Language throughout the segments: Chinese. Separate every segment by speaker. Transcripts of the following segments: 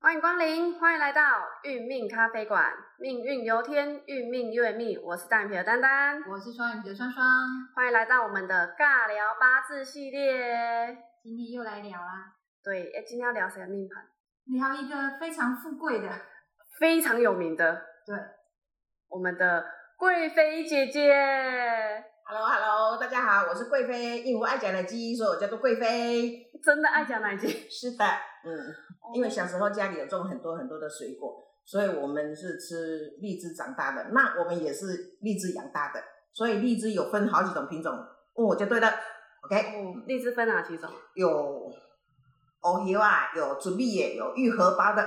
Speaker 1: 欢迎光临，欢迎来到运命咖啡馆，命运由天，运命越命。我是单眼皮的丹丹，
Speaker 2: 我是双眼皮的双双，
Speaker 1: 欢迎来到我们的尬聊八字系列。
Speaker 2: 今天又来聊啦，
Speaker 1: 对，哎，今天要聊谁的命盘？
Speaker 2: 聊一个非常富贵的，
Speaker 1: 非常有名的，
Speaker 2: 对
Speaker 1: 我们的贵妃姐姐，
Speaker 3: Hello Hello，大家好，我是贵妃，因为我爱讲奶鸡，所以我叫做贵妃。
Speaker 1: 真的爱讲奶 精，
Speaker 3: 是的，嗯，因为小时候家里有种很多很多的水果，所以我们是吃荔枝长大的。那我们也是荔枝养大的，所以荔枝有分好几种品种，哦问我就对了。OK，
Speaker 1: 哦荔枝分哪几种？
Speaker 3: 有藕油啊，有竹蜜叶，有玉荷包的，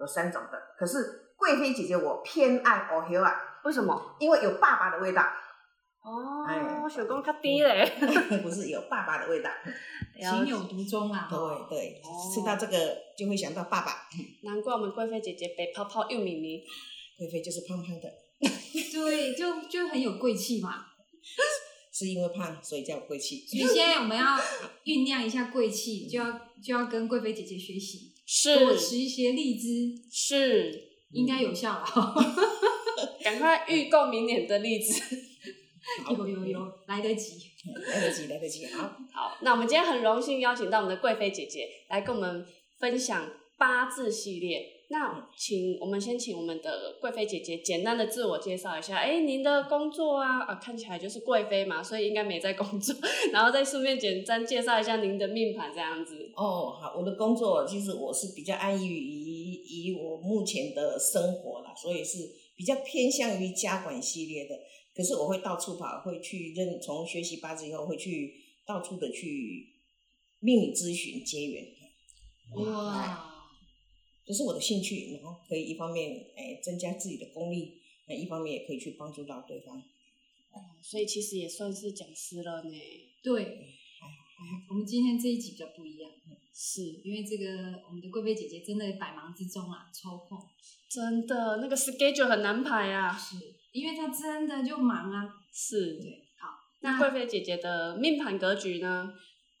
Speaker 3: 有三种的。可是贵妃姐姐我偏爱藕油啊，
Speaker 1: 为什么？
Speaker 3: 因为有爸爸的味道，
Speaker 1: 哦，
Speaker 3: 哎
Speaker 1: 我选功较低嘞。
Speaker 3: 不是有爸爸的味道。
Speaker 1: 嗯
Speaker 2: 情有独钟啊。
Speaker 3: 对对
Speaker 1: 哦，
Speaker 3: 吃到这个就会想到爸爸，
Speaker 1: 难怪我们贵妃姐姐被泡泡玉米泥，
Speaker 3: 菲菲就是胖胖的，
Speaker 2: 对，就就很有贵气嘛。
Speaker 3: 是因为胖所以叫贵气。
Speaker 2: 所以现在我们要酝酿一下贵气，就要就要跟贵妃姐姐学习，多吃
Speaker 1: 是嗯
Speaker 2: 一些荔枝，
Speaker 1: 是，
Speaker 3: 嗯
Speaker 2: 应该有效了。
Speaker 1: 赶快预购明年的荔枝。
Speaker 3: 好嗯
Speaker 2: 有有，有，来得及。
Speaker 3: 来得及来得及，好，
Speaker 1: 好，那我们今天很荣幸邀请到我们的贵妃姐姐来跟我们分享八字系列。那请我们先请我们的贵妃姐姐简单的自我介绍一下。哎，您的工作啊，啊，看起来就是贵妃嘛，所以应该没在工作。 然后再顺便简单介绍一下您的命盘这样子。
Speaker 3: 哦，好，我的工作其实我是比较安于于以我目前的生活啦，所以是比较偏向于家管系列的。可是我会到处跑，会去认从学习八字以后，会去到处的去命理咨询结缘。哎
Speaker 2: 哇，
Speaker 3: 这是我的兴趣，然后可以一方面哎增加自己的功力，那一方面也可以去帮助到对方。
Speaker 1: 所以其实也算是讲师了呢。
Speaker 2: 对。我们今天这一集比较不一样，
Speaker 1: 是
Speaker 2: 因为这个我们的贵妃姐姐真的百忙之中啊，抽空。
Speaker 1: 真的，那个 schedule 很难排啊。
Speaker 2: 是，因为他真的就忙啊。
Speaker 1: 是，
Speaker 2: 对，好，
Speaker 1: 那贵妃姐姐的命盘格局呢？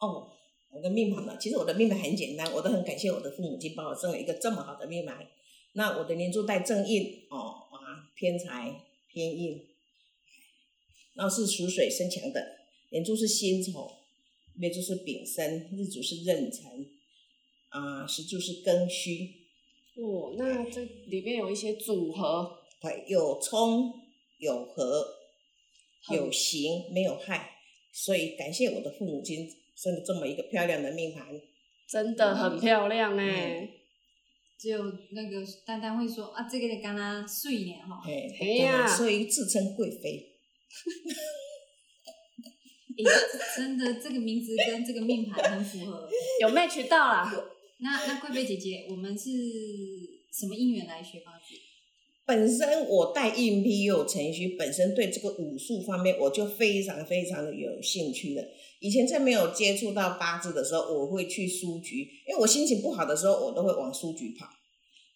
Speaker 3: 哦，我的命盘呢，其实我的命盘很简单，我都很感谢我的父母亲帮我生了一个这么好的命盘。那我的年柱带正印哦啊，偏财偏印，然后是属水生强的，年柱是辛丑，月柱是丙申，日主是壬辰，啊，时柱是庚戌，
Speaker 1: 哦，那这里面有一些组合，
Speaker 3: 对，有冲有和，
Speaker 1: 很
Speaker 3: 有刑没有害，所以感谢我的父母亲生了这么一个漂亮的命盘。
Speaker 1: 真的
Speaker 3: 嗯
Speaker 1: 很漂亮哎、
Speaker 2: 只有那个丹丹会说啊，这个刚刚睡呢哈，
Speaker 3: 哎，
Speaker 1: 哎呀
Speaker 3: 所以自称贵妃，
Speaker 2: 诶真的这个名字跟这个命盘很符合。
Speaker 3: 嗯
Speaker 1: 有 match 到啦。
Speaker 2: 那那贵妃姐姐，我们是什么因缘来学八字？
Speaker 3: 本身我带硬批又有程序，本身对这个武术方面我就非常非常的有兴趣了。以前在没有接触到八字的时候，我会去书局，因为我心情不好的时候，我都会往书局跑，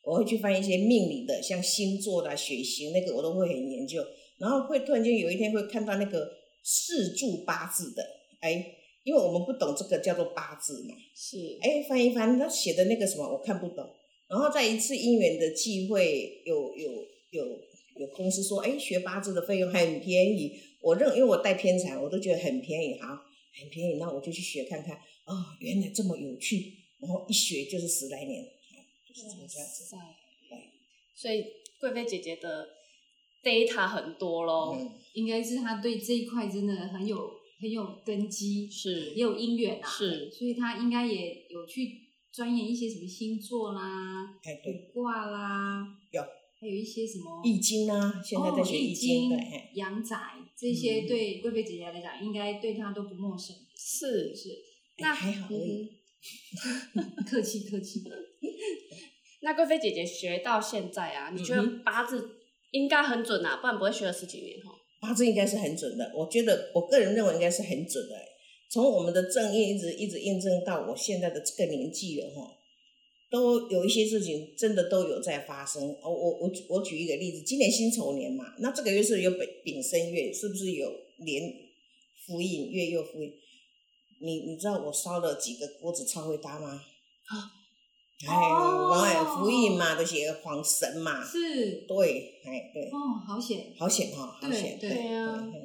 Speaker 3: 我会去翻一些命理的，像星座的、血型那个，我都会很研究。然后会突然间有一天会看到那个四柱八字的，哎，因为我们不懂这个叫做八字嘛，
Speaker 1: 是，
Speaker 3: 哎，翻一翻他写的那个什么，我看不懂。然后在一次因缘的机会，有有有有公司说，哎，学八字的费用很便宜。我认，因为我带偏财，我都觉得很便宜，好，很便宜，那我就去学看看。哦，原来这么有趣，然后一学就是十来年，就是这
Speaker 1: 哇
Speaker 3: 个样子。
Speaker 1: 塞，所以贵妃姐姐的 data 很多咯。
Speaker 3: 嗯，
Speaker 2: 应该是她对这一块真的很有很有根基，也
Speaker 1: 是
Speaker 2: 有因缘啊，
Speaker 1: 是，
Speaker 2: 所以她应该也有去钻研一些什么星座啦、
Speaker 3: 哎，对，
Speaker 2: 卜卦啦，
Speaker 3: 有
Speaker 2: 还有一些什么
Speaker 3: 易经啊，现在在学易经，对，哎嘿
Speaker 2: 哦阳宅这些
Speaker 3: 嗯
Speaker 2: 对贵妃姐姐来讲，应该对她都不陌生。
Speaker 1: 是
Speaker 2: 是，
Speaker 1: 那
Speaker 3: 哎还好而已。
Speaker 1: 嗯
Speaker 2: 客气客气。
Speaker 1: 那贵妃姐姐学到现在啊，你觉
Speaker 3: 嗯
Speaker 1: 得八字应该很准啊，不然不会学了十几年 哦。
Speaker 3: 八字应该是很准的，我觉得我个人认为应该是很准的。欸从我们的正印一直一直印证到我现在的这个年纪了哈，都有一些事情真的都有在发生。哦，我我举我举一个例子，今年辛丑年嘛，那这个月是有丙丙申月，是不是有连福印月又福印？你你知道我烧了几个锅子超会搭吗？哎，
Speaker 2: 啊哦
Speaker 3: 王哎福印嘛，就是黄神嘛，
Speaker 2: 是
Speaker 3: 对，哎对，
Speaker 2: 哦，好险，
Speaker 3: 好险哈，好
Speaker 2: 对
Speaker 3: 险，
Speaker 2: 对
Speaker 1: 对啊
Speaker 3: 对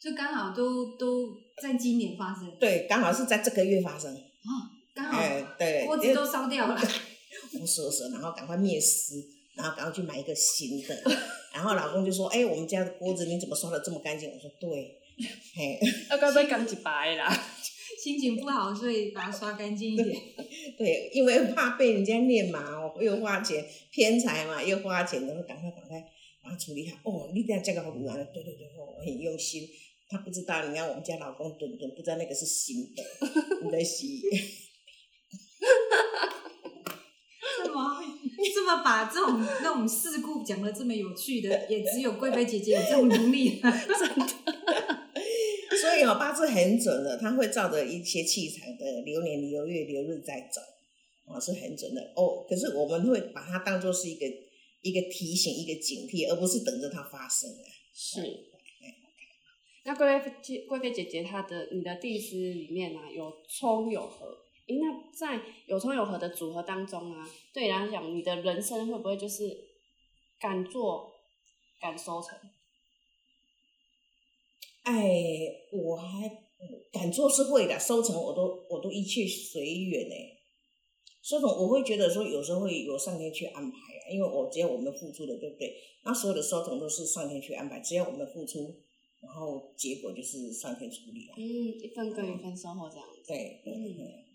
Speaker 2: 就刚好都都在今年发生
Speaker 3: 对，对刚好是在这个月发生，
Speaker 2: 哦，刚好
Speaker 3: 哎对，
Speaker 2: 锅
Speaker 3: 因
Speaker 2: 子
Speaker 3: 为
Speaker 2: 都烧掉 了，
Speaker 3: 我说说，然后赶快灭尸，然后赶快去买一个新的。 然后老公就说：“哎、我们家的锅子你怎么刷的这么干净？”我说：“对， 嘿，
Speaker 1: 啊，该不会刚一白啦？
Speaker 2: 心情不好，所以把它刷干净一点。
Speaker 3: 对，因为怕被人家念嘛，我又花钱偏财嘛，又花钱，然后赶快赶快把它处理好。哦，你这样这个好难的，对对对，哦我很用心。他不知道，你看我们家老公墩墩不知道那个是新的， 你在洗。
Speaker 2: 怎么这么把这种那种事故讲的这么有趣的，也只有贵妃姐姐有这种能力。
Speaker 3: 所以哦，八字很准的，它会照着一些气场的流年、流月、流日在走，啊、是很准的哦。可是我们会把它当做是一个一个提醒、一个警惕，而不是等着它发生啊。
Speaker 1: 是。那贵妃姐，贵妃姐姐她的你的地支里面啊，有冲有合。诶，那在有冲有合的组合当中啊，对你来讲，你的人生会不会就是敢做敢收成？
Speaker 3: 哎，我还敢做是会的，收成我都我都一切随缘呢。收成我会觉得说，有时候会有上天去安排啊，因为我只要我们付出了，对不对？那所有的收成都是上天去安排，只要我们付出，然后结果就是上天处理啊。
Speaker 1: 嗯，一份耕耘一份收获这样子。
Speaker 3: 对，对
Speaker 1: 嗯
Speaker 3: 对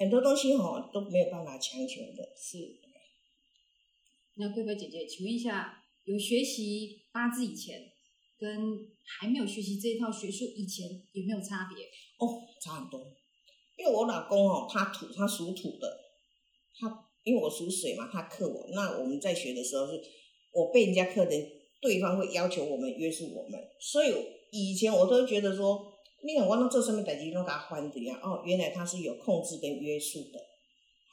Speaker 3: 很多东西哈都没有办法强求的。
Speaker 1: 是，
Speaker 2: 那贵妃姐姐，请问一下，有学习八字以前，跟还没有学习这一套学术以前有没有差别？
Speaker 3: 哦，差很多。因为我老公哦，他土，他属土的，他因为我属水嘛，他克我。那我们在学的时候是，我被人家克的，对方会要求我们约束我们，所以以前我都觉得说，你很我那做什么代志都给他翻的呀。哦，原来他是有控制跟约束的。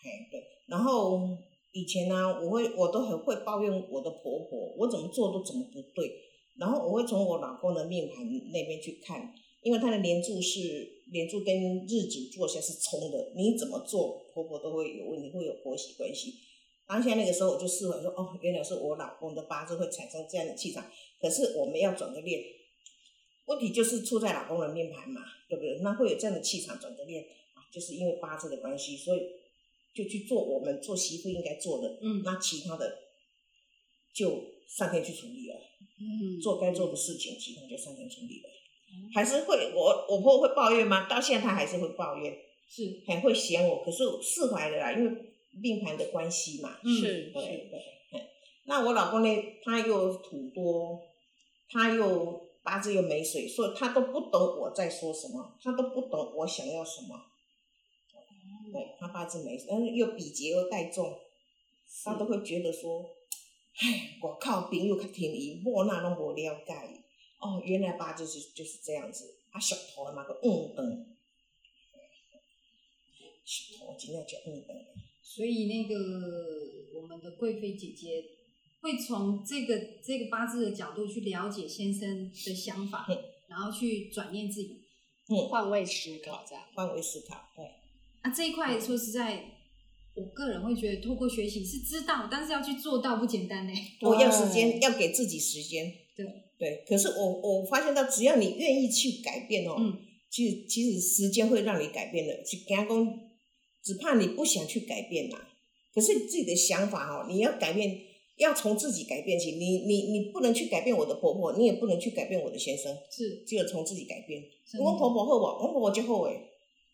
Speaker 3: 哎，对。然后以前呢、我会我都很会抱怨我的婆婆，我怎么做都怎么不对。然后我会从我老公的命盘那边去看，因为他的连柱是连柱跟日主坐下是冲的，你怎么做婆婆都会有问题，会有婆媳关系。当下那个时候我就释怀说，哦，原来是我老公的八字会产生这样的气场，可是我们要转个念，问题就是出在老公的命盘嘛，对不对？那会有这样的气场转个念啊，就是因为八字的关系，所以就去做我们做媳妇应该做的，
Speaker 2: 嗯
Speaker 3: 那其他的就上天去处理了。
Speaker 1: 嗯，
Speaker 3: 做该做的事情，其他就上天处理了。还是会，我我婆婆会抱怨吗？到现在她还是会抱怨，
Speaker 2: 是，
Speaker 3: 还会嫌我。可是我释怀了啦，因为命盘的关系嘛。
Speaker 2: 嗯
Speaker 1: 是
Speaker 3: 对对。嗯那我老公呢？他又土多，他又八字又没水，所以他都不懂我在说什么，他都不懂我想要什么。对，他八字没水，但是又比劫又带重，他都会觉得说，哎，我靠，朋友较天伊，我那拢无了解伊。哦，原来八字就是就是这样子，啊，石头的嘛个硬硬，石头真正就硬硬。
Speaker 2: 所以那个我们的贵妃姐姐会从这个这个八字的角度去了解先生的想法
Speaker 3: 嗯，
Speaker 2: 然后去转念自己。
Speaker 1: 换位思考这样。
Speaker 3: 换位思考，对。
Speaker 2: 啊，这一块说实在，我个人会觉得，透过学习是知道，但是要去做到不简单呢。
Speaker 3: 我
Speaker 1: 对
Speaker 3: 要时间，要给自己时间。
Speaker 2: 哎对
Speaker 3: 对，可是我我发现到，只要你愿意去改变哦，
Speaker 2: 嗯，
Speaker 3: 其实其实时间会让你改变的。去跟他讲，只怕你不想去改变啦、可是你自己的想法哦，你要改变，要从自己改变起。你你你不能去改变我的婆婆，你也不能去改变我的先生，
Speaker 2: 是，
Speaker 3: 只有从自己改变。
Speaker 2: 真的
Speaker 3: 我婆婆后我，我婆婆就后悔。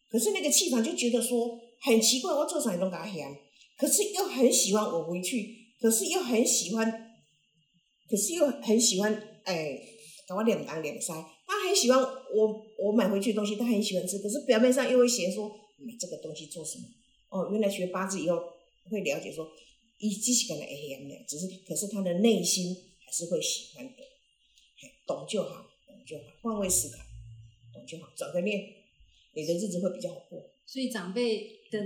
Speaker 3: 可是那个气场就觉得说很奇怪，我做啥都给她嫌，可是又很喜欢我回去，可是又很喜欢，可是又很喜欢哎，搞我两当两塞。她很喜欢我，我买回去的东西，她很喜欢吃，可是表面上又会嫌说买这个东西做什么？哦，原来学八字以后会了解说，一只是可能会嫌的，只是可是她的内心还是会喜欢的，哎懂就好，懂就好，换位思考。懂就好，转个念，你的日子会比较好过。
Speaker 2: 所以长辈的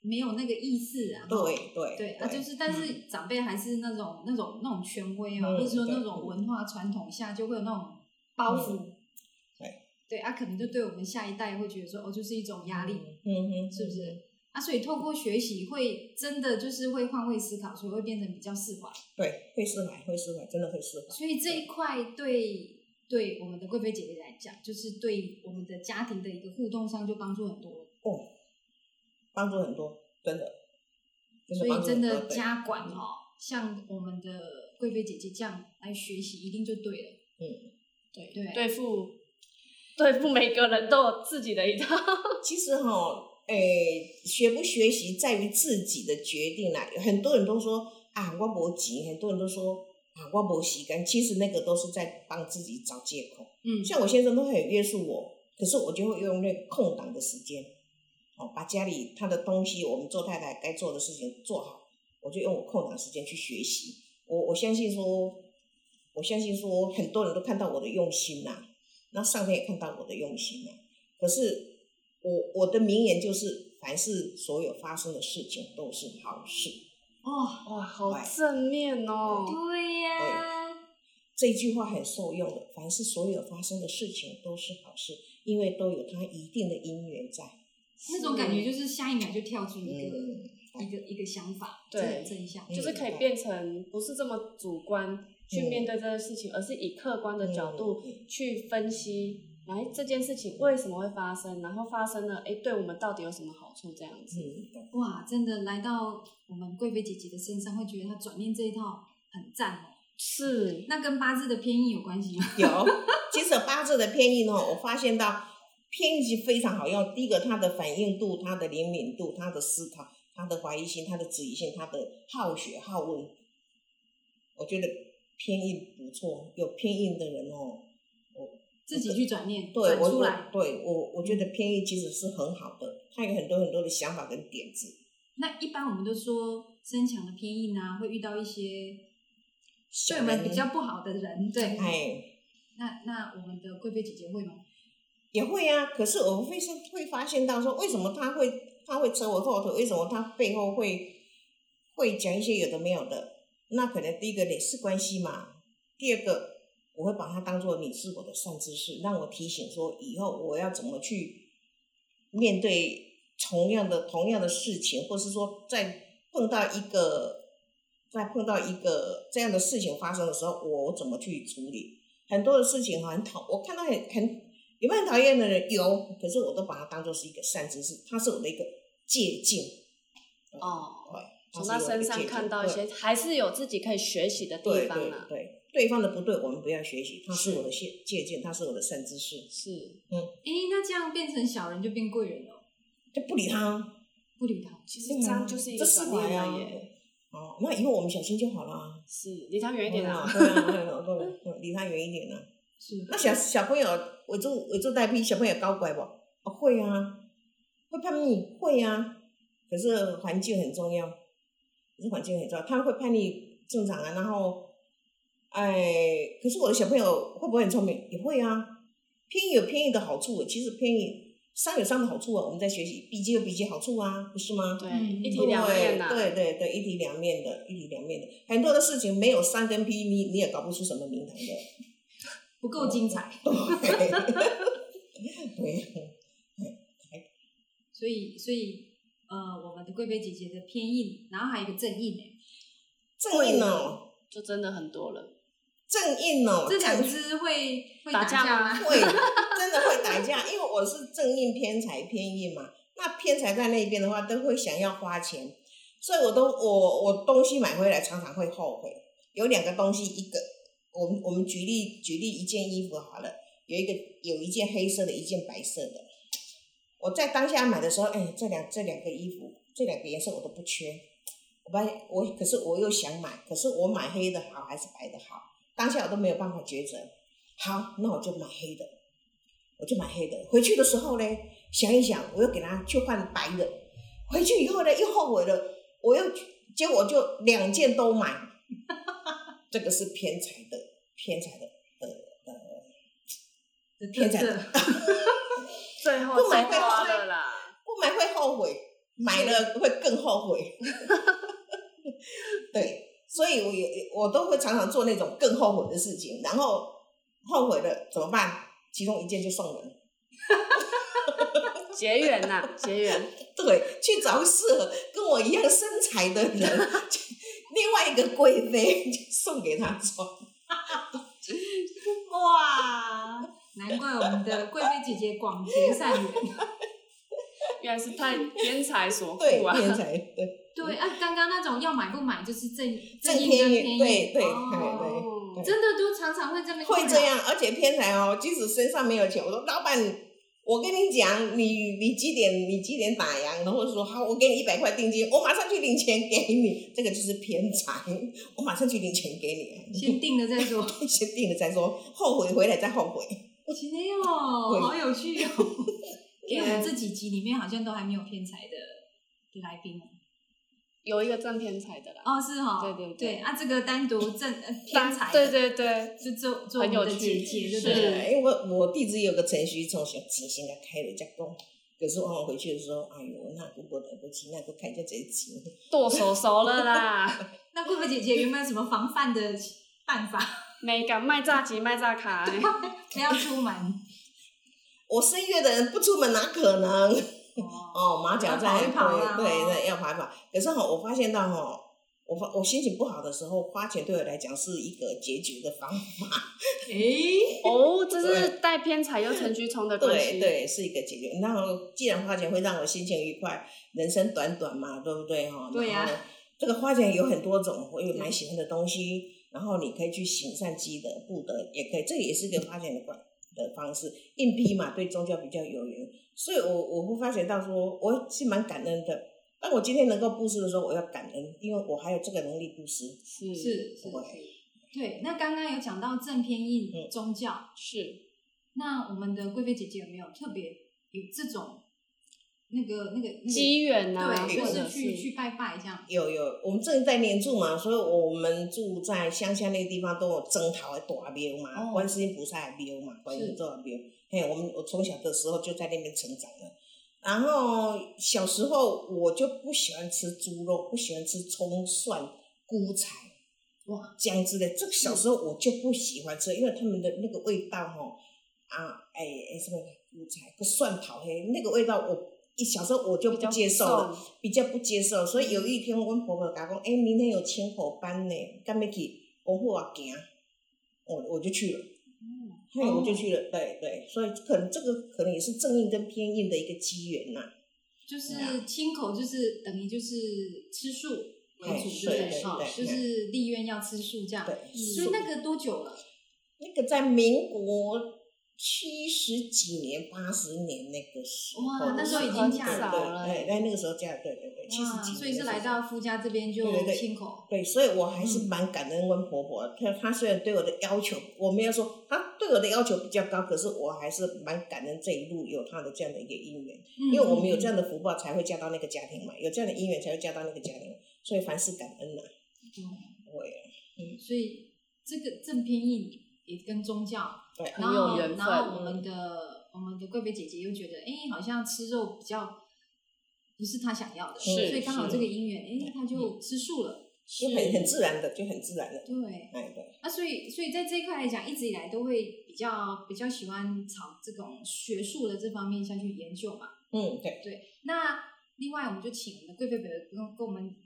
Speaker 2: 没有那个意识啊。
Speaker 3: 对对
Speaker 2: 对啊，就是但是长辈还是那种那种那种权威嘛，
Speaker 3: 嗯
Speaker 2: 或者说
Speaker 3: 对嗯
Speaker 2: 那种文化传统下就会有那种包袱。
Speaker 3: 对
Speaker 2: 对啊，可能就对我们下一代会觉得说，哦，就是一种压力，
Speaker 3: 嗯哼，
Speaker 2: 是不是？啊，所以透过学习会真的就是会换位思考，所以会变成比较释怀。
Speaker 3: 对，会释怀，会释怀，真的会释怀。
Speaker 2: 所以这一块对对我们的贵妃姐姐来讲，就是对我们的家庭的一个互动上就帮助很多了。
Speaker 3: 哦，帮助很多，真的，真
Speaker 2: 所
Speaker 3: 的帮
Speaker 2: 以
Speaker 3: 助
Speaker 2: 真
Speaker 3: 很
Speaker 2: 的
Speaker 3: 多对
Speaker 2: 家管哦，像我们的贵妃姐姐这样来学习，一定就对了。
Speaker 3: 嗯
Speaker 1: 对
Speaker 2: 对
Speaker 1: 对付对付每个人都有自己的一套，
Speaker 3: 其实哈、诶、学不学习在于自己的决定啦。很多人都说啊，我没钱；很多人都说啊，我没时间。其实那个都是在帮自己找借口。
Speaker 2: 嗯，
Speaker 3: 像我先生都很约束我，可是我就会用那个空档的时间，哦，把家里他的东西，我们做太太该做的事情做好，我就用我空档时间去学习。我我相信说，我相信说，很多人都看到我的用心呐、那上天也看到我的用心呐、可是我我的名言就是，凡是所有发生的事情都是好事。
Speaker 2: 哦，
Speaker 1: 哇，好正面哦！
Speaker 2: 对呀、
Speaker 3: 这句话很受用的，凡是所有发生的事情都是好事，因为都有它一定的因缘在。
Speaker 2: 那种感觉就是下一秒就跳出一个、
Speaker 3: 嗯，
Speaker 2: 一个一个想法，
Speaker 1: 对
Speaker 2: 这很正向。
Speaker 1: 就是可以变成不是这么主观
Speaker 3: 嗯
Speaker 1: 去面对这个事情，而是以客观的角度去分析，来这件事情为什么会发生，然后发生了，哎，对我们到底有什么好处？这样子，
Speaker 3: 嗯，
Speaker 2: 哇，真的来到我们贵妃姐姐的身上，会觉得她转念这一套很赞哦。
Speaker 1: 是
Speaker 2: 那跟八字的偏印有关系吗？
Speaker 3: 有。其实八字的偏印哦，我发现到偏印是非常好用。第一个，它的反应度、它的灵敏度、它的思考、它的怀疑心、它的质疑性、它的好学好问，我觉得偏印不错。有偏印的人哦，
Speaker 2: 自己去转念，
Speaker 3: 对
Speaker 2: 转
Speaker 3: 我
Speaker 2: 出来。
Speaker 3: 对我我觉得偏印其实是很好的，它有很多很多的想法跟点子。
Speaker 2: 那一般我们都说身强的偏印啊，会遇到一些对我
Speaker 3: 小
Speaker 2: 们
Speaker 3: 人
Speaker 2: 比较不好的人， 对。
Speaker 3: 哎，
Speaker 2: 那那我们的贵妃姐姐会吗？
Speaker 3: 也会啊，可是我会现会发现到说，为什么他会他会扯我后腿？为什么他背后会会讲一些有的没有的？那可能第一个也是关系嘛，第二个我会把它当做你是我的善知识，让我提醒说以后我要怎么去面对同样的同样的事情，或是说在碰到一个在碰到一个这样的事情发生的时候，我怎么去处理？很多的事情很讨，我看到很很有没有很讨厌的人？有，可是我都把它当做是一个善知识，它是我的一个借鉴。
Speaker 1: 哦。
Speaker 3: 对，它
Speaker 1: 从
Speaker 3: 是
Speaker 1: 他
Speaker 3: 我的
Speaker 1: 身上
Speaker 3: 借鉴
Speaker 1: 看到一
Speaker 3: 对
Speaker 1: 些，还是有自己可以学习的
Speaker 3: 对
Speaker 1: 地
Speaker 3: 对
Speaker 1: 方啊啦。
Speaker 3: 对，对方的不对，我们不要学习，他是
Speaker 1: 是
Speaker 3: 我的借借鉴，他是我的善知识，
Speaker 1: 是，
Speaker 2: 诶，那这样变成小人就变贵人了，
Speaker 3: 就不理他，
Speaker 2: 不理他。
Speaker 1: 其实这样就是一个
Speaker 3: 这释
Speaker 1: 转
Speaker 3: 怀
Speaker 1: 念
Speaker 3: 啊
Speaker 1: 而已。。
Speaker 3: 哦，那以后我们小心就好了啊。
Speaker 1: 是，离他远一点啊。
Speaker 3: 对啊，对啊，对啊对啊离他远一点啊。
Speaker 2: 是。
Speaker 3: 那小小朋友，我做我做代批，小朋友高乖不？哦会啊，会叛逆，会啊。可是环境很重要，可是环境很重要，他会叛逆正常啊。然后，哎，可是我的小朋友会不会很聪明？也会啊。偏移有偏移的好处，啊其实偏移伤有伤的好处啊。我们在学习，笔记有笔记好处啊，不是吗？
Speaker 1: 对，
Speaker 2: 嗯
Speaker 1: 一体两面啊呐。
Speaker 3: 对对对，一体两面的，一体两面的，很多的事情没有三跟 P，你你也搞不出什么名堂的。
Speaker 2: 不
Speaker 3: 哦
Speaker 2: 够精彩，
Speaker 3: 对， 对，
Speaker 2: 所以所以呃，我们的贵妃姐姐的偏印，然后还有一个正印诶，
Speaker 3: 正印哦，
Speaker 1: 就真的很多了。
Speaker 3: 正印哦，
Speaker 2: 这两
Speaker 3: 正
Speaker 2: 只会会
Speaker 1: 打架
Speaker 2: 架
Speaker 1: 吗
Speaker 2: 吗？
Speaker 3: 会真的会打架，因为我是正印偏财偏印嘛。那偏财在那边的话，都会想要花钱，所以我都我我东西买回来常常会后悔。有两个东西，一个我们我们举例举例一件衣服好了，有一个有一件黑色的，一件白色的。我在当下买的时候，哎，这两这两个衣服，这两个颜色我都不缺。我把我可是我又想买，可是我买黑的好还是白的好？当下我都没有办法抉择。好，那我就买黑的，我就买黑的。回去的时候呢，想一想，我又给他去换白的。回去以后呢，又后悔了，我又结果就两件都买。 这个是偏财的，偏财的，呃呃，
Speaker 2: 的
Speaker 3: 偏
Speaker 2: 特
Speaker 3: 袒
Speaker 2: 色
Speaker 1: 最后
Speaker 3: 不
Speaker 1: 再
Speaker 3: 买会
Speaker 1: 花
Speaker 3: 后悔
Speaker 1: 的啦。
Speaker 3: 不买会后悔，买了会更后悔。 对，所以我有我都会常常做那种更后悔的事情，然后后悔了怎么办？其中一件就送人。
Speaker 1: 结缘呐，结缘。
Speaker 3: 对对，去找适合跟我一样身材的人，就另外一个贵妃就送给他穿。
Speaker 2: 哇，难怪我们的贵妃姐姐广结善缘。
Speaker 1: 原来是太天才所
Speaker 3: 对，
Speaker 1: 苦啊！
Speaker 3: 天才，对，
Speaker 2: 对啊，刚刚那种要买不买就是正
Speaker 3: 郑
Speaker 2: 印
Speaker 3: 天
Speaker 2: 跟
Speaker 3: 运
Speaker 2: 天
Speaker 3: 对对
Speaker 2: 哦
Speaker 1: 哦
Speaker 3: 对
Speaker 2: 真的都常常会这么
Speaker 3: 会这样，而且偏财哦，即使身上没有钱，我说老板，我跟你讲，你你几点你几点打烊，然后说好，我给你一百块定金，我马上去领钱给你，这个就是偏财，我马上去领钱给你，
Speaker 2: 先定了再说。
Speaker 3: 先定了再说，后悔回来再后悔。
Speaker 2: 今天哦，
Speaker 3: 会
Speaker 2: 好有趣哦！因为我们这几集里面好像都还没有偏财的来宾哦。
Speaker 1: 有一个正偏财的啦，
Speaker 2: 哦，是哈、
Speaker 1: 对
Speaker 2: 哦，
Speaker 1: 对对
Speaker 2: 啊，这个单独正呃
Speaker 1: 当
Speaker 2: 偏财
Speaker 1: 对
Speaker 2: 的
Speaker 1: 对对，
Speaker 2: 就做做我
Speaker 1: 很有
Speaker 2: 们的
Speaker 1: 趣
Speaker 2: 姐姐，对不
Speaker 1: 是
Speaker 2: 对？
Speaker 3: 哎，因为我我弟子有个程序，从小起先给开了家公，可是我回去的时候，哎呦，那如果来不及，那就看一下这一集。
Speaker 1: 剁手熟了啦，
Speaker 2: 那贵妃姐姐有没有什么防范的办法？
Speaker 1: 美感卖炸鸡卖炸 卡、欸，
Speaker 2: 不要出门，
Speaker 1: 哎
Speaker 3: 我声乐的人不出门哪可能？
Speaker 2: 哦，
Speaker 3: 哦，马脚在
Speaker 2: 要跑一跑啊
Speaker 3: 对对
Speaker 2: 哦
Speaker 3: 对，要跑一跑。可是哈、哦我发现到哈、我发我心情不好的时候，花钱对我来讲是一个解决的方法。
Speaker 2: 诶、
Speaker 1: 哦，这是带偏财又程序冲的关
Speaker 3: 对
Speaker 1: 系，
Speaker 3: 对，是一个解决。然后既然花钱会让我心情愉快，人生短短嘛，对不对哈、
Speaker 2: 对呀
Speaker 3: 然后这个花钱有很多种，我有蛮喜欢的东西，然后你可以去行善积德、布德，也可以，这也是一个花钱的管的方式。硬批嘛，对宗教比较有缘，所以我我会发觉到说，我是蛮感恩的。当我今天能够布施的时候，我要感恩，因为我还有这个能力布施。
Speaker 1: 是
Speaker 2: 是是
Speaker 3: 对
Speaker 2: 对。那刚刚有讲到正偏印
Speaker 3: 嗯
Speaker 2: 宗教，
Speaker 1: 是，
Speaker 2: 那我们的贵妃姐姐有没有特别有这种那个那个那个
Speaker 1: 机缘呐，
Speaker 2: 对，就
Speaker 1: 啊或者
Speaker 2: 是去去拜拜这样。
Speaker 3: 有有，我们正在年住嘛，所以我们住在乡下那个地方都有征讨的大庙嘛，
Speaker 2: 哦
Speaker 3: 观世音菩萨的庙嘛，观音座的庙。嘿，我们我从小的时候就在那边成长了。然后小时候我就不喜欢吃猪肉，不喜欢吃葱蒜、菇菜，哇，姜之类。这个小时候我就不喜欢吃，因为他们的那个味道哈、啊，哎哎什么菇菜、个蒜头嘿，那个味道我一小时候我就
Speaker 1: 比
Speaker 3: 不
Speaker 1: 较
Speaker 3: 接受了。
Speaker 1: 送
Speaker 3: 比较不接受，所以有一天阮婆婆甲我讲，哎、明天有千口班呢，干要去？我好啊，行，我我就去了，嘿，
Speaker 2: 哦
Speaker 3: 我就去了，对对，所以可能这个可能也是正印跟偏印的一个机缘呐，
Speaker 2: 就是亲口，就是等于就是吃素为主，
Speaker 3: 哎
Speaker 2: 对不
Speaker 1: 对
Speaker 2: 对？
Speaker 1: 是
Speaker 2: 哦就
Speaker 3: 的
Speaker 2: 是立愿要吃素这样。嗯
Speaker 3: 对，
Speaker 2: 所以那个多久了？
Speaker 3: 那个在民国七十几年、八十年那个时候，
Speaker 2: 哇那时候已经嫁
Speaker 3: 对
Speaker 1: 早了
Speaker 3: 对对，在那个时候嫁，对对对，七十
Speaker 2: 哇，
Speaker 3: 几年，
Speaker 2: 所以是来到夫家这边就
Speaker 3: 对对对
Speaker 2: 亲口。
Speaker 3: 对，所以我还是蛮感恩温婆婆。她她虽然对我的要求，我没有说她对我的要求比较高，可是我还是蛮感恩这一路有她的这样的一个姻缘，
Speaker 2: 嗯
Speaker 3: 因为我们有这样
Speaker 2: 的，
Speaker 3: 的福报才会嫁到那个家庭嘛，有这样的姻缘才会嫁到那个家庭，所以凡事感恩呐、
Speaker 2: 嗯
Speaker 3: 我也
Speaker 2: 所以这个正偏印也跟宗教，
Speaker 3: 对
Speaker 2: 然
Speaker 1: 很有
Speaker 2: 后
Speaker 1: 缘分嗯
Speaker 2: 然后我们的我们的贵妃姐姐又觉得，哎，好像吃肉比较不是她想要的，
Speaker 3: 是
Speaker 2: 所以刚好
Speaker 1: 是
Speaker 2: 这个姻缘，哎，她就吃素了。
Speaker 3: 就很很自然的，就很自然的。
Speaker 2: 对，
Speaker 3: 哎，对，
Speaker 2: 啊，所以所以在这一块来讲，一直以来都会比较比较喜欢朝这种学术的这方面下去研究嘛。
Speaker 3: 嗯，对，
Speaker 2: 对，那另外我们就请我们的贵妃表跟跟我们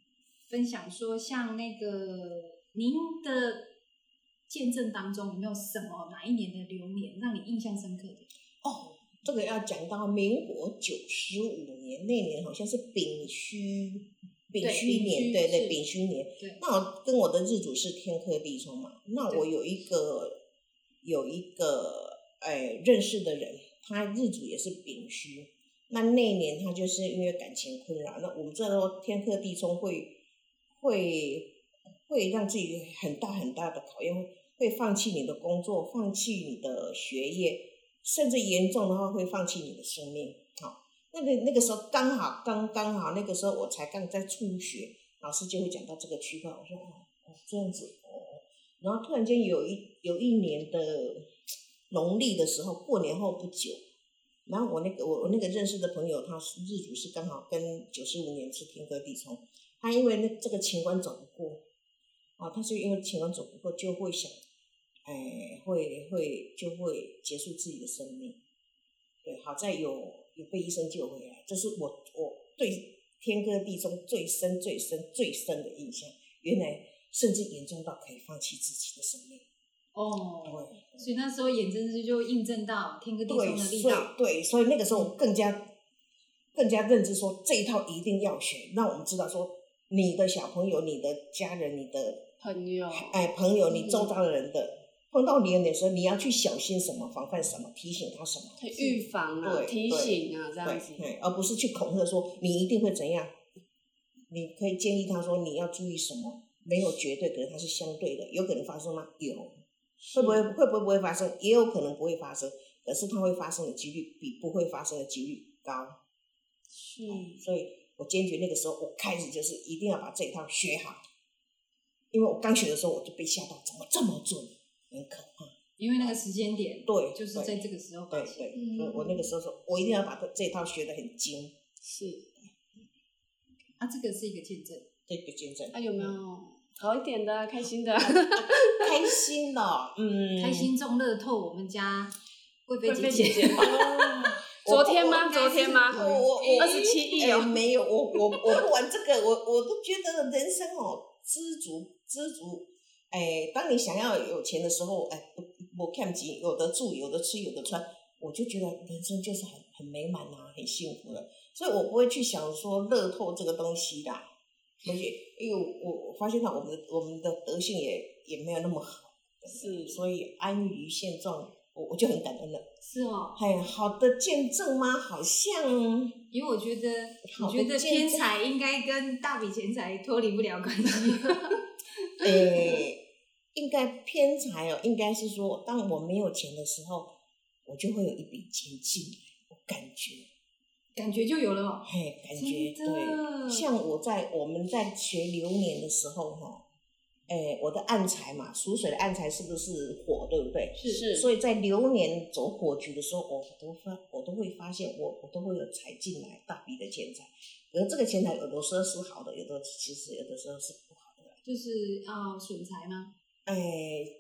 Speaker 2: 分享说，像那个您的见证当中有没有什么哪一年的流年让你印象深刻的？
Speaker 3: 哦，这个要讲到民国九十五年那年，好像是丙戌，丙
Speaker 2: 对
Speaker 3: 戌
Speaker 2: 丙
Speaker 3: 年，
Speaker 2: 戌
Speaker 3: 对对，
Speaker 2: 是
Speaker 3: 丙戌年。
Speaker 2: 对，
Speaker 3: 那我跟我的日主是天克地冲嘛，那我
Speaker 2: 对
Speaker 3: 有一个有一个哎认识的人，他日主也是丙戌，那那一年他就是因为感情困扰，那我们知道天克地冲会会会让自己很大很大的考验，会放弃你的工作，放弃你的学业，甚至严重的话会放弃你的生命。好、那个那个时候刚好刚刚好，那个时候我才刚在初学，老师就会讲到这个区块，我说哦哦这样子哦，哦然后突然间有一有一年的农历的时候，过年后不久，然后我那个我我那个认识的朋友，他是日主是刚好跟九十五年是天克地冲，他因为那这个情关走不过，啊，他是因为情关走不过就会想，哎，会会就会结束自己的生命。对，好在有有被医生救回来，这是我我对天哥地中最深、最深、最深的印象。原来甚至严重到可以放弃自己的生命。
Speaker 2: 哦，
Speaker 3: 对，
Speaker 2: 所以那时候眼睁睁就印证到天哥地中
Speaker 3: 对，
Speaker 2: 的力
Speaker 3: 所以嗯
Speaker 2: 道。
Speaker 3: 对，所以那个时候我更加更加认知说这一套一定要学，让我们知道说你的小朋友、你的家人、你的
Speaker 1: 朋友，
Speaker 3: 哎朋友、你
Speaker 2: 嗯
Speaker 3: 周遭的人的、碰到你的时候，你要去小心什么、防范什么、提醒他什么，嗯
Speaker 1: 可以预防啊、
Speaker 3: 对
Speaker 1: 提醒啊，这样子
Speaker 3: 对，。哎而不是去恐吓说你一定会怎样。你可以建议他说你要注意什么，没有绝对，可能它是相对的，有可能发生吗？有，会不会会不会不会发生？也有可能不会发生，可是它会发生的几率比不会发生的几率高，
Speaker 1: 是？
Speaker 3: 所以我坚决那个时候，我开始就是一定要把这一套学好，因为我刚学的时候我就被吓到，怎么这么准，很可怕。
Speaker 2: 因为那个时间点，
Speaker 3: 对，
Speaker 2: 就是
Speaker 3: 对
Speaker 2: 在这个时候
Speaker 3: 对
Speaker 2: 发现。
Speaker 3: 对，所以我那个时候说，我一定要把这这一套学得很精，
Speaker 1: 是。
Speaker 2: 啊，这个是一个见证。
Speaker 3: 这个精神。
Speaker 1: 啊那有没有好一点的啊、开 心的
Speaker 3: 哦
Speaker 1: 啊？
Speaker 3: 开心了？嗯，
Speaker 2: 开。心中乐透，我们家贵妃
Speaker 1: 贵妃
Speaker 2: 姐
Speaker 1: 姐姐
Speaker 3: 哦
Speaker 1: 昨天吗？
Speaker 2: 应该
Speaker 1: 昨
Speaker 2: 是
Speaker 1: 天吗？
Speaker 3: 我我我
Speaker 1: 27亿哦
Speaker 3: 哎没有，我我我不玩这个，我我都觉得人生哦，知足知足。哎，当你想要有钱的时候，哎，不不看急，有的住，有的吃，有的穿，我就觉得人生就是很很美满啊，很幸福了。所以我不会去想说乐透这个东西啦，而且因为我我发现到我们的我们的德性也也没有那么好，
Speaker 1: 是
Speaker 3: 所以安于现状，我我就很感恩了。
Speaker 2: 是哦，
Speaker 3: 哎，好的见证吗？好像
Speaker 2: 因为我觉得，
Speaker 3: 好
Speaker 2: 我
Speaker 3: 的
Speaker 2: 觉得
Speaker 3: 见
Speaker 2: 天
Speaker 3: 证
Speaker 2: 才应该跟大笔钱财脱离不了关 系。
Speaker 3: 诶，应该偏财哦，应该是说，当我没有钱的时候，我就会有一笔钱进来，我感觉，
Speaker 2: 感觉就有了哦。
Speaker 3: 嘿，感觉
Speaker 2: 真
Speaker 3: 对。
Speaker 2: 的，
Speaker 3: 像我在我们在学流年的时候，哈，诶，我的暗财嘛，属水的暗财是不是火，对不对？
Speaker 2: 是
Speaker 1: 是
Speaker 3: 所以在流年走火局的时候，我都发我都会发现我我都会有财进来大笔的钱财，而这个钱财有的时候是好的，有的其实有的时候是不好的。
Speaker 2: 就是啊，损财吗？
Speaker 3: 哎，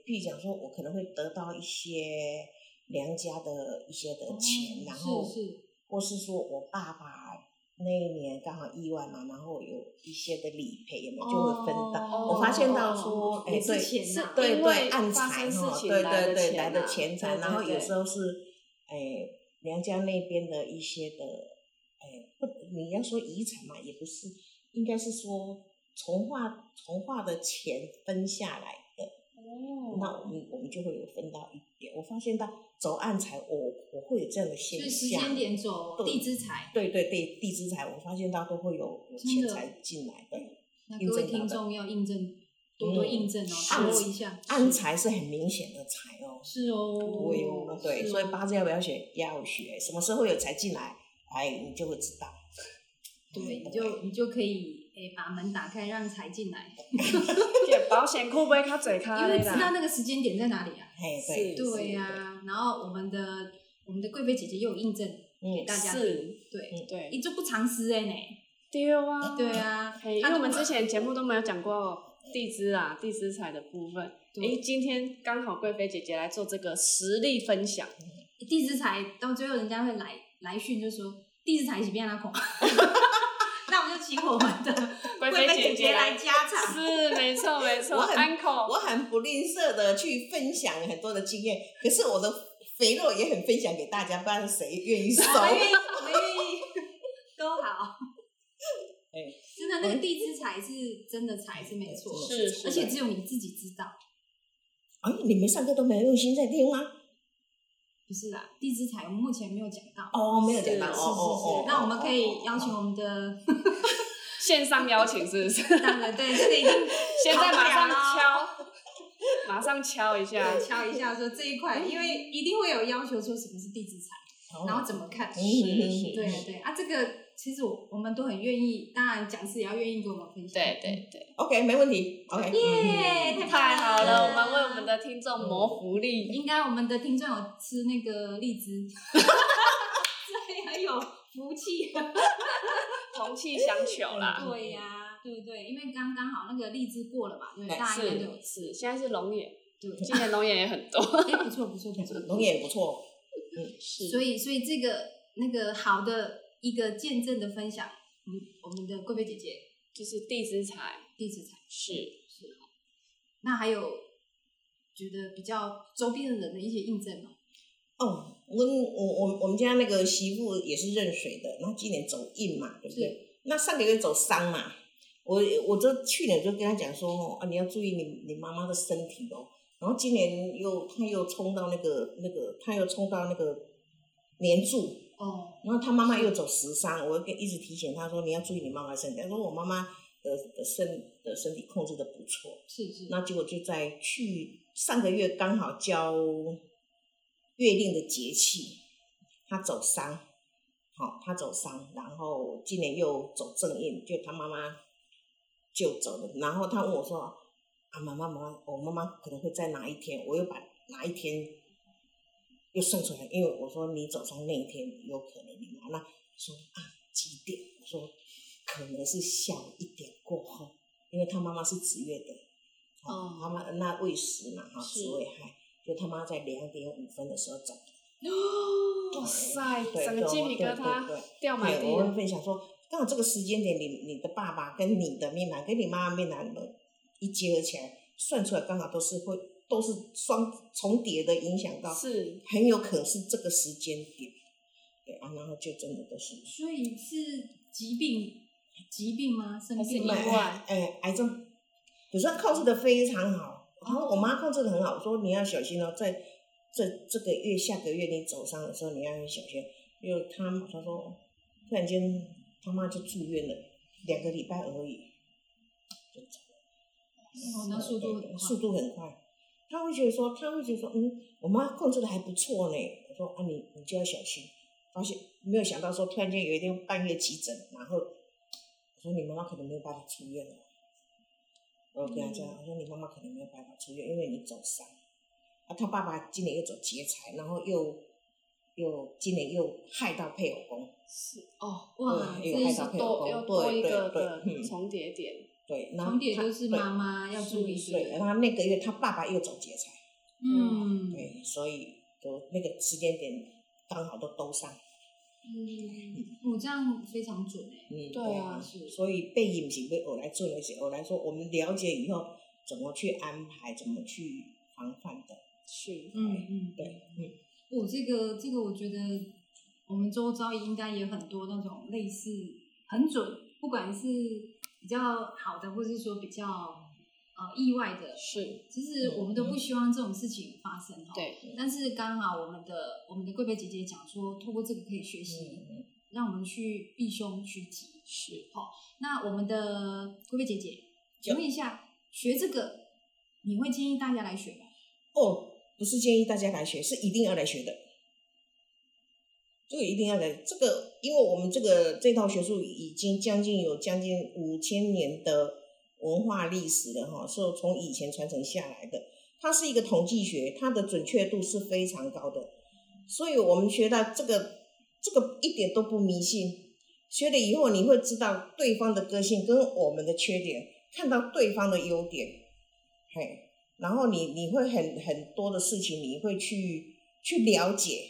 Speaker 3: 譬如讲说，我可能会得到一些娘家的一些的钱，
Speaker 2: 哦
Speaker 3: 然后
Speaker 2: 是是
Speaker 3: 或是说我爸爸那一年刚好意外嘛，然后有一些的理赔，有没有就会分到。
Speaker 2: 哦
Speaker 3: 我发现到说
Speaker 2: 哦
Speaker 3: 哎
Speaker 2: 也是
Speaker 3: 对
Speaker 2: 钱呐、
Speaker 1: 是
Speaker 3: 对
Speaker 1: 因
Speaker 3: 对，
Speaker 1: 为
Speaker 3: 暗
Speaker 1: 发
Speaker 3: 财
Speaker 1: 生事
Speaker 3: 哈，
Speaker 1: 情
Speaker 3: 对
Speaker 1: 来
Speaker 3: 对
Speaker 1: 的
Speaker 3: 对，
Speaker 1: 钱
Speaker 3: 来
Speaker 1: 啊
Speaker 3: 的钱财，
Speaker 1: 对
Speaker 3: 然后
Speaker 1: 对
Speaker 3: 有
Speaker 1: 对
Speaker 3: 时候是哎娘家那边的一些的哎，不，你要说遗产嘛，也不是，应该是说从化从化的钱分下来的。
Speaker 1: 哦
Speaker 3: 那我们我们就会有分到一点。我发现到走暗财，我我会有这样的现
Speaker 2: 就是时间
Speaker 3: 象。
Speaker 2: 点走
Speaker 3: 对
Speaker 2: 地之财。
Speaker 3: 对对对，地支财，我发现到都会有有
Speaker 2: 真
Speaker 3: 钱
Speaker 2: 的
Speaker 3: 财进来的。
Speaker 2: 那各位
Speaker 3: 印证到的
Speaker 2: 听众要印证，多多
Speaker 3: 嗯
Speaker 2: 印证哦，
Speaker 3: 是
Speaker 2: 把握一下。
Speaker 3: 暗财是很明显的财哦，
Speaker 2: 是哦，
Speaker 3: 我有对，
Speaker 2: 是
Speaker 3: 所以
Speaker 2: 哦
Speaker 3: 八字要不要学？要学。什么时候会有财进来？哎，你就会知道。
Speaker 2: 对，你就你就可以诶、把门打开，让财进来，
Speaker 1: 这保险库不会卡嘴卡啊
Speaker 2: 因为
Speaker 1: 的
Speaker 2: 知道
Speaker 1: 啦。
Speaker 2: 那个时间点在哪里啊。
Speaker 3: 哎，
Speaker 1: 是
Speaker 3: 对
Speaker 2: 对呀、然后我们的我们的贵妃姐姐又有印证，
Speaker 3: 嗯
Speaker 2: 给大家
Speaker 1: 是，
Speaker 2: 对，
Speaker 1: 对，
Speaker 2: 一就不藏私哎呢，
Speaker 1: 丢啊，
Speaker 2: 对啊，
Speaker 1: 嘿因为我们之前节目都没有讲过地支啊、地支彩的部分。
Speaker 2: 对
Speaker 1: 诶，今天刚好贵妃姐姐来做这个实力分享，
Speaker 2: 地支财到最后人家会来来讯就说地支财是变哪孔， 那我们就请我们的
Speaker 1: 贵
Speaker 2: 贵妃
Speaker 1: 姐
Speaker 2: 姐来
Speaker 1: 来。
Speaker 2: 加 场，
Speaker 1: 是，没错没错
Speaker 3: 我很
Speaker 1: ，uncle
Speaker 3: 我很不吝啬的去分享很多的经验，可是我的肥肉也很分享给大家，不然谁 愿意收？
Speaker 2: 我们愿意，我们愿意，都好。
Speaker 3: 哎
Speaker 2: 真的，那个地支财是真的财是没错，
Speaker 1: 哎是是
Speaker 2: 而且只有你自己知道，
Speaker 3: 哎，你们上课都没有用心在听吗？
Speaker 2: 不是啦，地支财我们目前没有讲到。
Speaker 3: 哦，没有讲到，
Speaker 1: 是
Speaker 3: 哦
Speaker 2: 是是
Speaker 3: 哦哦
Speaker 2: 是，，那我们可以邀请我们的，
Speaker 1: 线上邀请是不是？
Speaker 2: 当然对，这个已经
Speaker 1: 现在马上
Speaker 2: 好不
Speaker 1: 敲，
Speaker 2: 了
Speaker 1: 马上敲一下
Speaker 2: 对，敲一下说这一块，因为一定会有要求说什么是地质财，
Speaker 3: 哦，
Speaker 2: 然后怎么看。
Speaker 1: 哎
Speaker 3: 嗯嗯嗯
Speaker 2: 对啊，对啊，这个其实我我们都很愿意，当然讲师也要愿意跟我们分享。
Speaker 1: 对，对对，
Speaker 3: OK，没问题，OK，
Speaker 2: 耶、
Speaker 3: 嗯
Speaker 1: 太好了，我们为我们
Speaker 2: 的
Speaker 1: 的听众谋福利，
Speaker 2: 应该我们的听众有吃那个荔枝， 所以很有福气。
Speaker 1: 同气相求啦。
Speaker 2: 对呀、对不对？因为刚刚好那个荔枝过了嘛，对不对，
Speaker 3: 哎
Speaker 2: 大家应该
Speaker 1: 是
Speaker 2: 都有吃。
Speaker 1: 是，现在是龙眼，
Speaker 2: 对，
Speaker 1: 今年龙眼也很多。
Speaker 2: 哎，不错不错不错，
Speaker 3: 龙眼也不错，
Speaker 1: 是
Speaker 2: 所以，所以这个那个好的一个见证的分享，我们我们的贵妃姐姐
Speaker 1: 就是地支财
Speaker 2: 地质才
Speaker 1: 是
Speaker 2: 是哦。那还有觉得比较周边的人的一些印证吗？
Speaker 3: 哦，我我我我们家那个媳妇也是壬水的，然后今年走印嘛，对不对？那上个月走伤嘛，我我这去年就跟她讲说哦，啊你要注意你你妈妈的身体哦。然后今年又她又冲到那个那个，她又冲到那个年柱，
Speaker 2: 哦，
Speaker 3: 然后她妈妈又走十伤，我跟一直提醒她说你要注意你妈妈的身体。她说我妈妈的的身的身体控制的不错，
Speaker 2: 是是，
Speaker 3: 那结果就在去上个月刚好交月令的节气，他走伤，好、他走伤，然后今年又走正印，就他妈妈就走了，然后他问我说：“啊，妈妈，妈妈，我妈妈可能会在哪一天？”我又把哪一天又算出来，因为我说你走伤那一天有可能你妈那说啊几点？我说可能是下午一点过后，因为他妈妈是子月的。
Speaker 1: 哦
Speaker 3: 妈妈那未时嘛，哈，
Speaker 1: 是
Speaker 3: 子未亥，就他妈在两点五分的时候走。
Speaker 1: 哦，哇塞，
Speaker 3: 对，
Speaker 1: 整个
Speaker 3: 对
Speaker 1: 鸡
Speaker 3: 我
Speaker 1: 皮
Speaker 3: 对
Speaker 1: 疙瘩
Speaker 3: 对对
Speaker 1: 掉满
Speaker 3: 对，
Speaker 1: 地
Speaker 3: 我会
Speaker 1: 了。
Speaker 3: 分享说，刚好这个时间点，你你的爸爸跟你的命盘跟你妈妈命盘一结合起来，算出来刚好都是会都是双重叠的影响到，
Speaker 1: 是
Speaker 3: 很有可能是这个时间点。对啊，然后就真的都是
Speaker 2: 所以是疾病疾病吗？生
Speaker 1: 还是
Speaker 2: 病
Speaker 1: 意
Speaker 2: 吗？
Speaker 1: 外
Speaker 3: 哎，癌症，可是他控制的非常好。然后我妈控制的很好，我说你要小心哦，在这这个月、下个月你走伤的时候，你要很小心。因为她马上说，突然间他妈就住院了，两个礼拜而已，就走了。
Speaker 2: 哦那速度很快
Speaker 3: 速度很快。他会觉得说，他会觉得说，嗯，我妈控制的还不错呢。我说啊，你你就要小心。发现没有想到说，突然间有一天半夜急诊，然后我说你妈妈可能没有办法出院了。我跟他讲，
Speaker 2: 嗯
Speaker 3: 我说你妈妈可能没有办法出院，因为你走伤。啊，他爸爸今年又走劫财，然后又又今年又害到配偶宫，
Speaker 1: 是哦，
Speaker 2: 哇，
Speaker 3: 对
Speaker 2: 这
Speaker 3: 有害
Speaker 2: 是
Speaker 3: 到
Speaker 1: 是多
Speaker 3: 哦对
Speaker 1: 又多一个的
Speaker 3: 对对嗯
Speaker 1: 重叠点，
Speaker 3: 对，然后
Speaker 2: 重点
Speaker 3: 他
Speaker 2: 就是
Speaker 3: 对
Speaker 2: 妈妈要注意，
Speaker 1: 是
Speaker 3: 对，然后那个月他爸爸又走劫财，
Speaker 2: 嗯，
Speaker 3: 对，所以就那个时间点刚好都兜上，
Speaker 1: 嗯，
Speaker 2: 我这样非常准哎、
Speaker 3: 嗯，
Speaker 1: 对啊
Speaker 2: 是
Speaker 3: 所以背影是被我来做那些，我来说我们了解以后怎么去安排，怎么去防范的，
Speaker 1: 是
Speaker 2: 嗯嗯，
Speaker 3: 对，嗯，
Speaker 2: 我这个这个，我觉得我们周遭应该也很多那种类似很准，不管是比较好的，或是说比较呃意外的，
Speaker 1: 是，
Speaker 2: 其实
Speaker 3: 嗯
Speaker 2: 我们都不希望这种事情发生哈。。
Speaker 1: 对，
Speaker 2: 但是刚好我们的我们的贵妃姐姐讲说，透过这个可以学习，
Speaker 3: 嗯
Speaker 2: 让我们去避凶趋吉。
Speaker 1: 是
Speaker 2: 那我们的贵妃姐姐，
Speaker 3: 就
Speaker 2: 请问一下，学这个你会建议大家来学吗？
Speaker 3: 哦，不是建议大家来学，是一定要来学的。这个一定要来，这个因为我们这个这套学术已经将近有将近五千年的文化历史了哈，是从以前传承下来的。它是一个统计学，它的准确度是非常高的，所以我们学到这个这个一点都不迷信。学了以后，你会知道对方的个性跟我们的缺点，看到对方的优点，嘿，然后你你会很很多的事情，你会去去了解，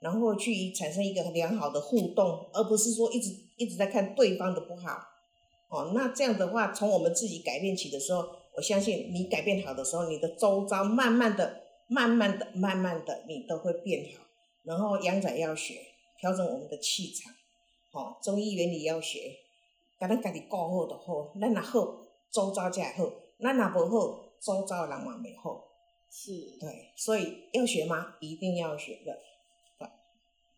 Speaker 3: 然后去产生一个良好的互动，而不是说一直一直在看对方的不好。哦，那这样的话，从我们自己改变起的时候，我相信你改变好的时候，你的周遭慢慢的、慢慢的、慢慢的，你都会变好。然后阳仔要学调整我们的气场，哦，中医原理要学，甲咱家己顾好就好，咱若好，周遭才会好；咱若无好，周遭的人嘛袂好。
Speaker 1: 是，
Speaker 3: 对，所以要学吗？一定要学的。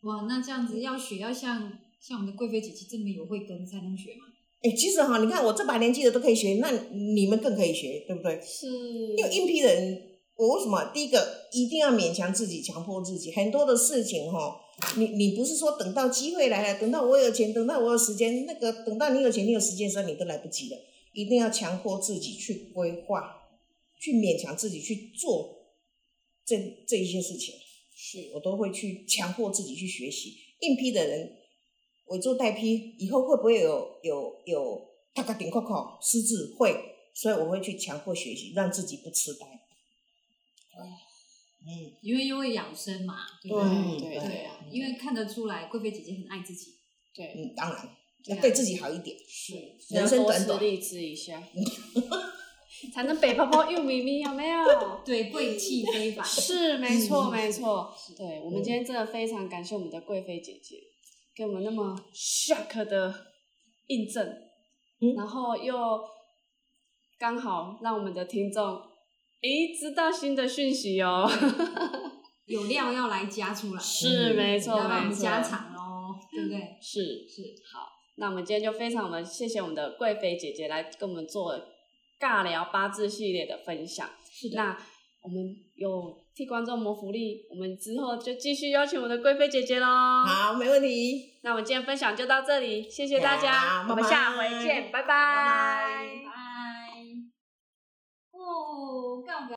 Speaker 2: 哇，那这样子要学，要像像我们的贵妃姐姐这么有慧根才能学吗？
Speaker 3: 哎，其实哈，你看我这把年纪的都可以学，那你们更可以学，对不对？
Speaker 1: 是，
Speaker 3: 因为应聘人，我为什么第一个一定要勉强自己、强迫自己？很多的事情哈，你你不是说等到机会来了，等到我有钱，等到我有时间，那个等到你有钱、你有时间的时候，你都来不及了。一定要强迫自己去规划，去勉强自己去做这这一些事情。
Speaker 1: 是
Speaker 3: 我都会去强迫自己去学习。应批的人委做代批，以后会不会有有有大家顶扣扣失智会？所以我会去强迫学习，让自己不痴呆。嗯，
Speaker 2: 因为又会养生嘛，对不
Speaker 1: 对
Speaker 2: 对？
Speaker 1: 对
Speaker 2: 对啊，因为看得出来贵妃姐姐很爱自己，
Speaker 1: 对，
Speaker 3: 嗯，当然，要对自己好一点。
Speaker 1: 是
Speaker 3: 人生短短
Speaker 1: 啊多吃荔枝一下， 才能北泡泡又咪咪，有没有？
Speaker 2: 对，贵气非凡。嗯
Speaker 1: 是，没
Speaker 3: 嗯
Speaker 1: 错，没错。
Speaker 2: 是
Speaker 1: 对，我们今天真的非常感谢我们的贵妃姐姐，给我们那么 shock 的印证，
Speaker 3: 嗯
Speaker 1: 然后又刚好让我们的听众诶知道新的讯息哦。
Speaker 2: 有料要来加出来，
Speaker 1: 是，没
Speaker 2: 嗯要
Speaker 1: 错，
Speaker 2: 让我
Speaker 1: 没
Speaker 2: 们
Speaker 1: 错。嗯
Speaker 2: 加长哦，对不对？
Speaker 1: 是是好，那我们今天就非常我们谢谢我们的贵妃姐姐来跟我们做尬聊八字系列的分享。
Speaker 2: 是的，
Speaker 1: 那我们有替观众谋福利，我们之后就继续邀请我们的贵妃姐姐喽。
Speaker 3: 好，没问题。
Speaker 1: 那我们今天分享就到这里，谢谢大家，
Speaker 3: 好
Speaker 1: 我们
Speaker 3: 拜拜
Speaker 1: 下回见，拜拜
Speaker 3: 拜拜
Speaker 2: 哦